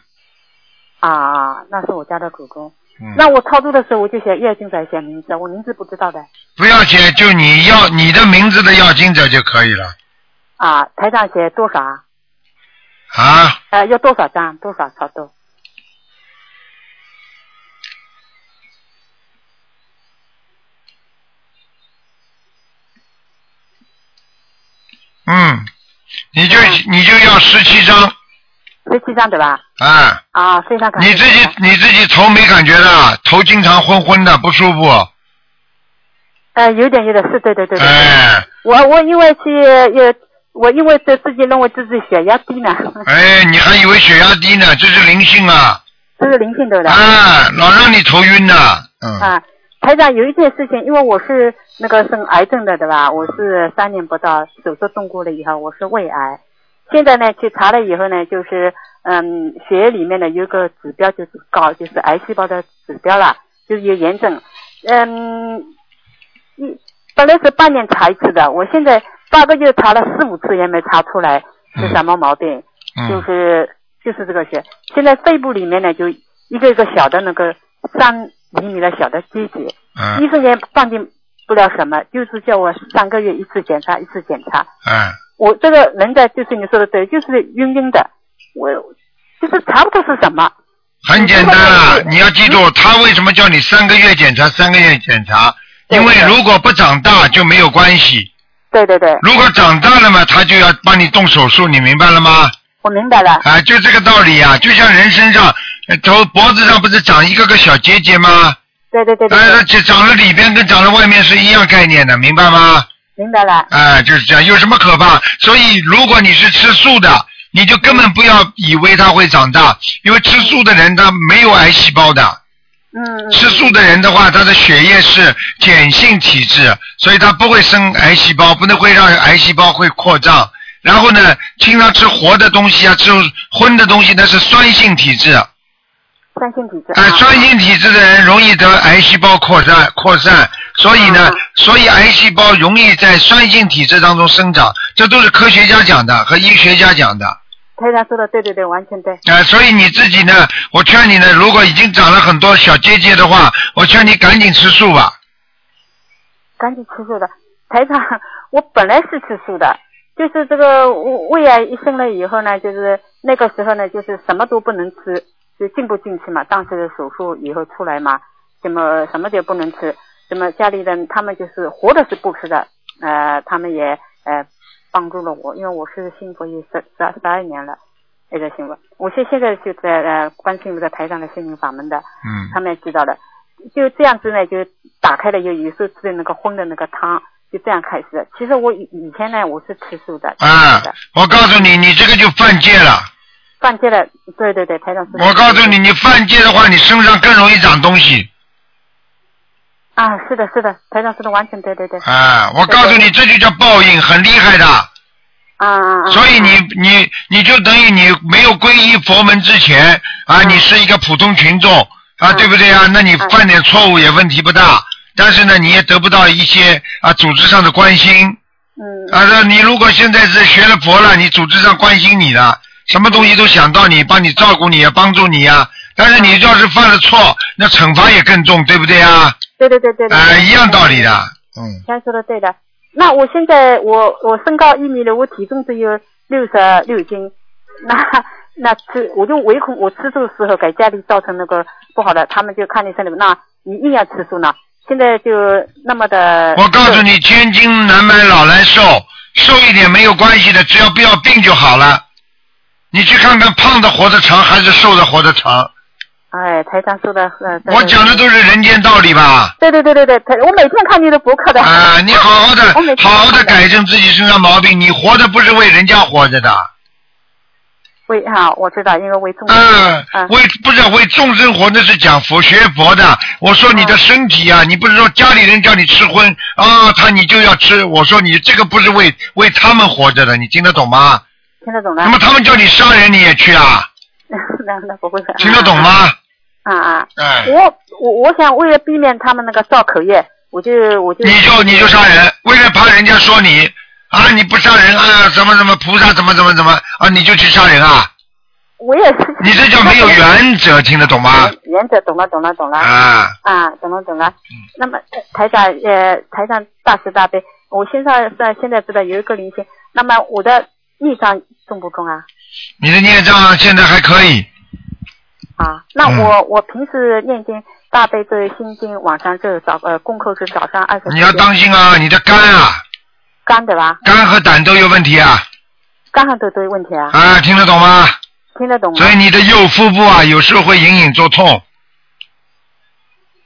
啊，那是我家的祖宗。
嗯
那我操作的时候我就写叶金仔写名字，我名字不知道的
不要写，就你要你的名字的要经者就可以了
啊。台长写多少啊？
啊。
呃，要多少张？多少操作？
嗯，你就
嗯
你就要十七张
十七张对吧？
啊！
啊，非常感谢。
你自己你自己头没感觉的，头经常昏昏的不舒服，
呃，有点有点是，对对对对。
哎
我我因为去也，我因为这自己认为自己血压低呢，
哎，你还以为血压低呢，这是灵性啊！
这是灵性对不对？
啊，老让你头晕呐，嗯，
啊，台长有一件事情，因为我是那个生癌症的对吧？我是三年不到手术动过了以后，我是胃癌。现在呢，去查了以后呢，就是嗯，血液里面呢有一个指标就是高，就是癌细胞的指标啦，就是有炎症。嗯，一本来是半年查一次的，我现在八个月查了四五次也没查出来是什么毛病，就
嗯，
是就是这个血。现在肺部里面呢，就一个一个小的那个三厘米的小的结节，
嗯，
医生也断定不了什么，就是叫我三个月一次检查，一次检查。
哎，
我这个人的就是你说的对，就是晕晕的，我就是查不出是什么。
很简单啊，你要记住，他为什么叫你三个月检查，三个月检查，因为如果不长大就没有关系，
对对对，
如果长大了嘛，他就要帮你动手术，你明白了吗？
我明白了。
啊，就这个道理啊，就像人身上，呃头脖子上不是长一个个小结节吗？
对对对对，
哎，它
对
这长了里边跟长了外面是一样概念的，明白吗？啊
明白了。
哎，就是这样，有什么可怕？所以如果你是吃素的，你就根本不要以为它会长大，因为吃素的人他没有癌细胞的。
嗯，
吃素的人的话，他的血液是碱性体质，所以他不会生癌细胞，不能会让癌细胞会扩张。然后呢，经常吃活的东西啊，吃荤的东西，那是酸性体质。
酸性体质。啊
哎，酸性体质的人容易得癌细胞扩散扩散，所以呢，所以癌细胞容易在酸性体质当中生长，这都是科学家讲的和医学家讲的。
台长说的对对对，完全对。
啊、所以你自己呢，我劝你呢，如果已经长了很多小结节的话，我劝你赶紧吃素吧。
赶紧吃素的。台长， 我本来是吃素的，就是这个胃啊一生了以后呢，就是那个时候呢，就是什么都不能吃，就进不进去嘛。当时手术以后出来嘛，什么什么也不能吃，什么家里人他们就是活的是不吃的，呃，他们也呃帮助了我，因为我是信佛有十十二十二年了。那个信佛，我现现在就在呃关心这个台上的心灵法门的，
嗯
他们也知道了，就这样子呢，就打开了有有时候吃的那个荤的那个汤，就这样开始的。其实我以以前呢，我是吃素的，
啊，我告诉你，你这个就犯戒了。
犯戒了，对对对，台上是。
我告诉你，你犯戒的话，你身上更容易长东西。
啊，是的，是的，台上说的完全对对对。
啊，我告诉你，这就叫报应，很厉害的。
啊啊啊！
所以你你你就等于你没有皈依佛门之前啊，你是一个普通群众啊，对不对啊？那你犯点错误也问题不大，但是呢，你也得不到一些啊组织上的关心。
嗯。
啊，那你如果现在是学了佛了，你组织上关心你的，什么东西都想到你，帮你照顾你啊，帮助你啊。但是你要是犯了错，那惩罚也更重，对不对啊？
对对对对对。
啊，一样道理的。嗯。
他说的对的。那我现在我我身高一米六，我体重只有六十六斤， 那那吃我就唯恐我吃素的时候给家里造成那个不好的，他们就看你身体，那你硬要吃素呢？现在就那么的。
我告诉你，千金难买老来瘦，瘦一点没有关系的，只要不要病就好了。你去看看，胖的活得长还是瘦的活得长？
哎，台长说的，呃、
我讲的都是人间道理吧？
对对对对对，台我每天看你的博客的。
啊，你好好的
我每，天
好好的改正自己身上毛病。你活着不是为人家活着的，
为啊，我知道，因为为中国。
嗯，为不是为众生活，那是讲佛学佛的。我说你的身体啊，你不是说家里人叫你吃荤啊，他你就要吃。我说你这个不是为为他们活着的，你听得懂吗？
听得懂的。
那么他们叫你杀人，你也去啊？
那那不会的。
听得懂吗？
啊啊！
哎，
我我我想为了避免他们那个造口业，我就我就
你就你就杀人，为了怕人家说你啊，你不杀人啊，怎么怎么菩萨怎么怎么怎么啊，你就去杀人啊？
我也是。
你这叫没有原则，听得懂吗？
原则懂了懂了懂了
啊，嗯
啊懂了懂了。那么呃台长呃台长大慈大悲，我现在在现在知道有一个灵性，那么我的孽障重不重啊？
你的孽障现在还可以，
啊，那
嗯
我、我平时念经大悲咒心经，晚上咒早呃功课是早上二十。
你要当心啊，你的肝啊，
肝对吧？
肝和胆都有问题啊，
肝上都都有问题啊，
啊，听得懂吗？
听得懂吗？
所以你的右腹部啊，有时候会隐隐作痛，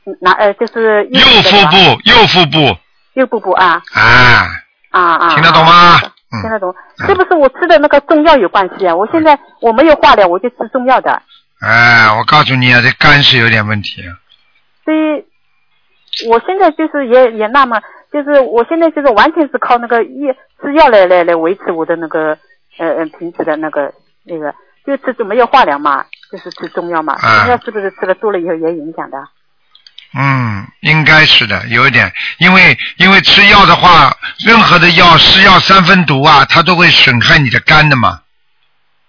嗯那呃就是右
右腹部，右腹部
右腹部啊
啊，
啊啊，
听得懂吗？嗯
听得懂，是不是我吃的那个中药有关系啊？我现在我没有化疗，我就吃中药的，
哎，我告诉你啊，这肝是有点问题啊。
所以我现在就是也也纳闷，就是我现在就是完全是靠那个药吃药来来来维持我的那个呃呃平时的那个那个，就吃没有化疗嘛，就是吃中药嘛，
啊
中药是不是吃了多了以后也影响的？
嗯，应该是的，有一点，因为因为吃药的话，任何的药是药三分毒啊，它都会损害你的肝的嘛。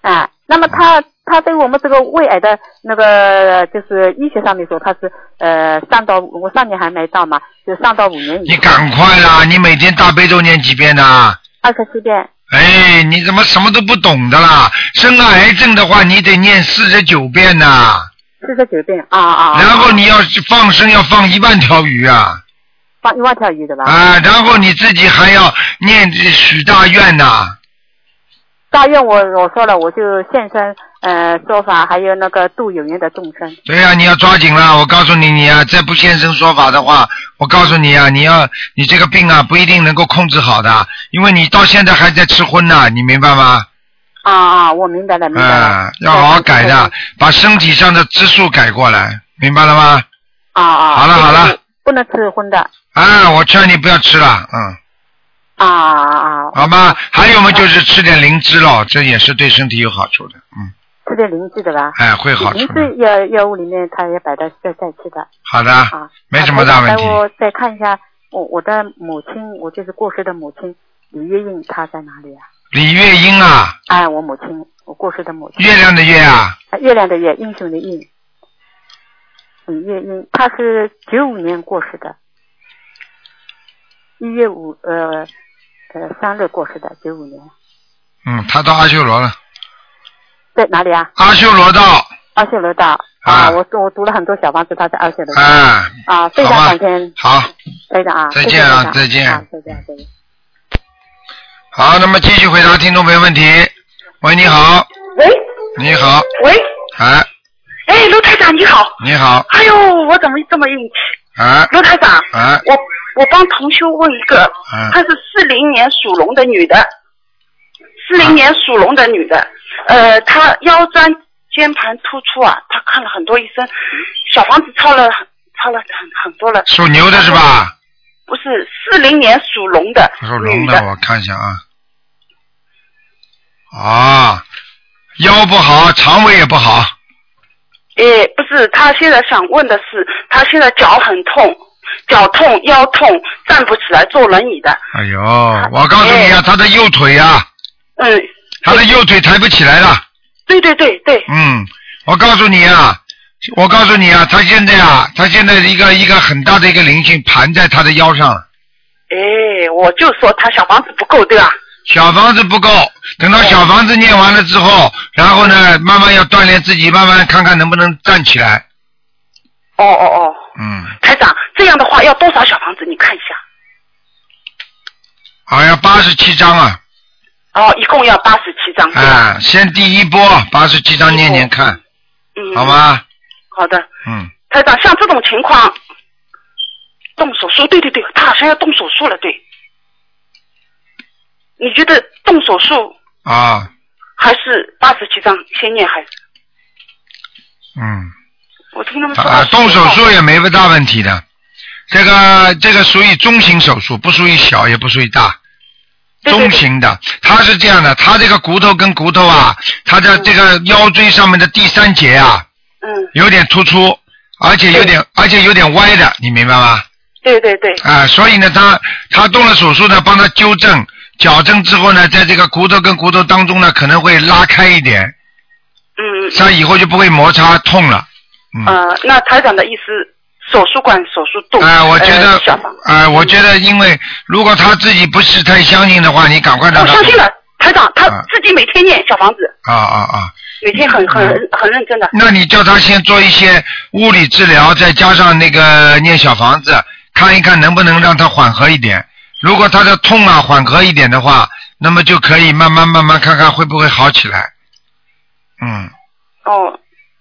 啊，那么它它对我们这个胃癌的那个就是医学上面说，它是呃三到五我上年还没到嘛，就三到五年以
你
后，
赶快啦，你每天大悲咒念几遍呐？
二十七遍。
哎，你怎么什么都不懂的啦？生了癌症的话，你得念四十九遍呐、
四十九遍啊啊，啊
然后你要是放生要放一万条鱼啊，
放一万条鱼对吧？
啊，然后你自己还要念许大愿呐、
大愿我我说了，我就现身呃说法，还有那个度有缘的众生。
对呀、你要抓紧了。我告诉你，你啊，再不现身说法的话，我告诉你啊，你要你这个病啊，不一定能够控制好的，因为你到现在还在吃荤呢、你明白吗？
啊啊，我明白了，明白了。
啊，要好好改的，把身体上的激素改过来，明白了吗？
啊啊。
好了好了，
不能吃荤的。
啊，我劝你不要吃了，嗯，
啊啊啊！
好吗？还有嘛，就是吃点灵芝咯，这也是对身体有好处的，嗯，
吃点灵芝的吧？
哎，会好处
灵
的。
芝药药物里面，它也摆在在在吃的。啊
好的，没什么大问题
好。的我再看一下，我我的母亲，我就是过世的母亲李月英，她在哪里啊？
李月英啊，
哎，我母亲，我过世的母亲。
月亮的月啊，
啊月亮的月，英雄的英。李月英，她是九五年过世的，一月五呃呃三日过世的，九五年，
嗯，他到阿修罗了，
在哪里啊？
阿修罗道，
二修楼道
啊
啊，我我读了很多小房子，她在二修楼道
啊，
啊，非常
好吧
感谢
好，
台长啊，
再见啊
谢谢台长
再见
啊再见再见。
好，那么继续回答听众朋友问题。喂，你好，
喂
你好，
喂，
哎，
哎，卢台长你好，
你好，
哎呦，我怎么这么硬气？
哎，
卢台长，
哎，
我我帮同修问一个，
嗯
她是四零年属龙的女的，四零年属龙的女的，呃，她腰椎间盘突出啊，她看了很多医生，小房子抄了抄了很很多了，
属牛的是吧？
不是四零年属龙的
属龙
女
的，我看一下啊。啊，腰不好，肠胃也不好，
诶，不是，他现在想问的是，他现在脚很痛，脚痛、腰痛，站不起来，坐轮椅的。
哎呦，我告诉你啊，他的右腿啊，
嗯，
他的右腿抬不起来了。
对对对对，
嗯，我告诉你啊，我告诉你啊，他现在啊，他现在一个一个很大的一个灵性盘在他的腰上，
诶，我就说他小房子不够，对吧？
小房子不够，等到小房子念完了之后，然后呢，慢慢要锻炼自己，慢慢看看能不能站起来。
哦哦哦，
嗯，
台长，这样的话要多少小房子？你看一下。
好像八十七章啊，
哦，一共要八十七张，对吧？
啊，先第一波八十七章念念看，
嗯，
好？吗？
好的，
嗯，
台长，像这种情况，动手术，对对对，他好像要动手术了，对。你觉得动手术
啊，
还是八十七张先念还是？
嗯，
我听他们说
啊，动手术也
没。
没大问题的，这个这个属于中型手术，不属于小，也不属于大。
对对
中型的，它是这样的，它这个骨头跟骨头啊，它的这个腰椎上面的第三节啊，
嗯，
有点突出，而且有点而且有点歪的，你明白吗？
对对对，
啊，所以呢，他他动了手术呢，帮他纠正、矫正之后呢，在这个骨头跟骨头当中呢，可能会拉开一点，
嗯
这样以后就不会摩擦痛了。嗯，
呃，那台长的意思，手术馆手术动，
啊，我觉得
呃、小房，
啊，我觉得，因为如果他自己不是太相信的话，你赶快
我
让他
哦相信了，台长他
啊
自己每天念小房子，
啊啊啊！
每天很很
嗯
很认真的，
那你叫他先做一些物理治疗，再加上那个念小房子，看一看能不能让他缓和一点。如果他的痛啊缓和一点的话，那么就可以慢慢慢慢看看会不会好起来。嗯，
哦，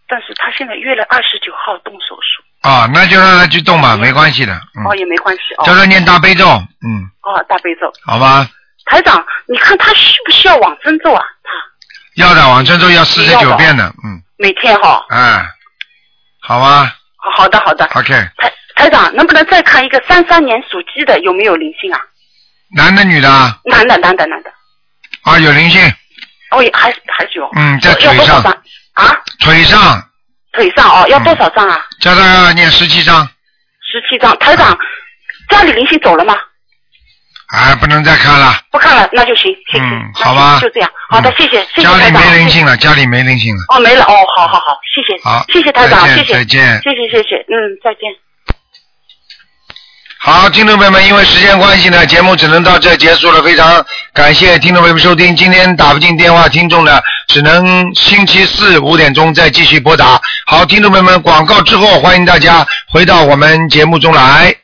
但是他现在约了二十九号动手术，
啊，那就让他去动吧，没关系的。
哦
嗯，
也没关系哦
叫，他念大悲咒，嗯，
哦大悲咒，
好吧。
台长你看他需不需要往生咒啊？他
要的往生咒要四十
要
九
的
遍的，嗯，
每天哈、
哎，好吧
哦，好的好的，
，OK，
台台长能不能再看一个三三年属鸡的有没有灵性啊？
男的女的啊，
男的男的男的。
啊有灵性，
哦，也还是还是有。
嗯在
要
腿
多
上
少张啊？
腿上
腿上哦，
嗯
要多少张啊？
叫他念十七章，
十七张。台长，家里灵性走了吗？
哎，不能再看了。
不看了，那就行，谢谢。
嗯
那就
好吧
就这样。好的，
嗯
谢谢，谢谢
家
台
里
长。
没灵
谢谢
性了，家里没灵性了。
哦，没了哦，好好好，谢谢，
好
谢谢台长，
再见
谢谢，
再见
谢谢谢谢，嗯，再见。
好，听众朋友们，因为时间关系呢，节目只能到这结束了。非常感谢听众朋友们收听，今天打不进电话，听众呢只能星期四五点钟再继续拨打。好，听众朋友们，广告之后，欢迎大家回到我们节目中来。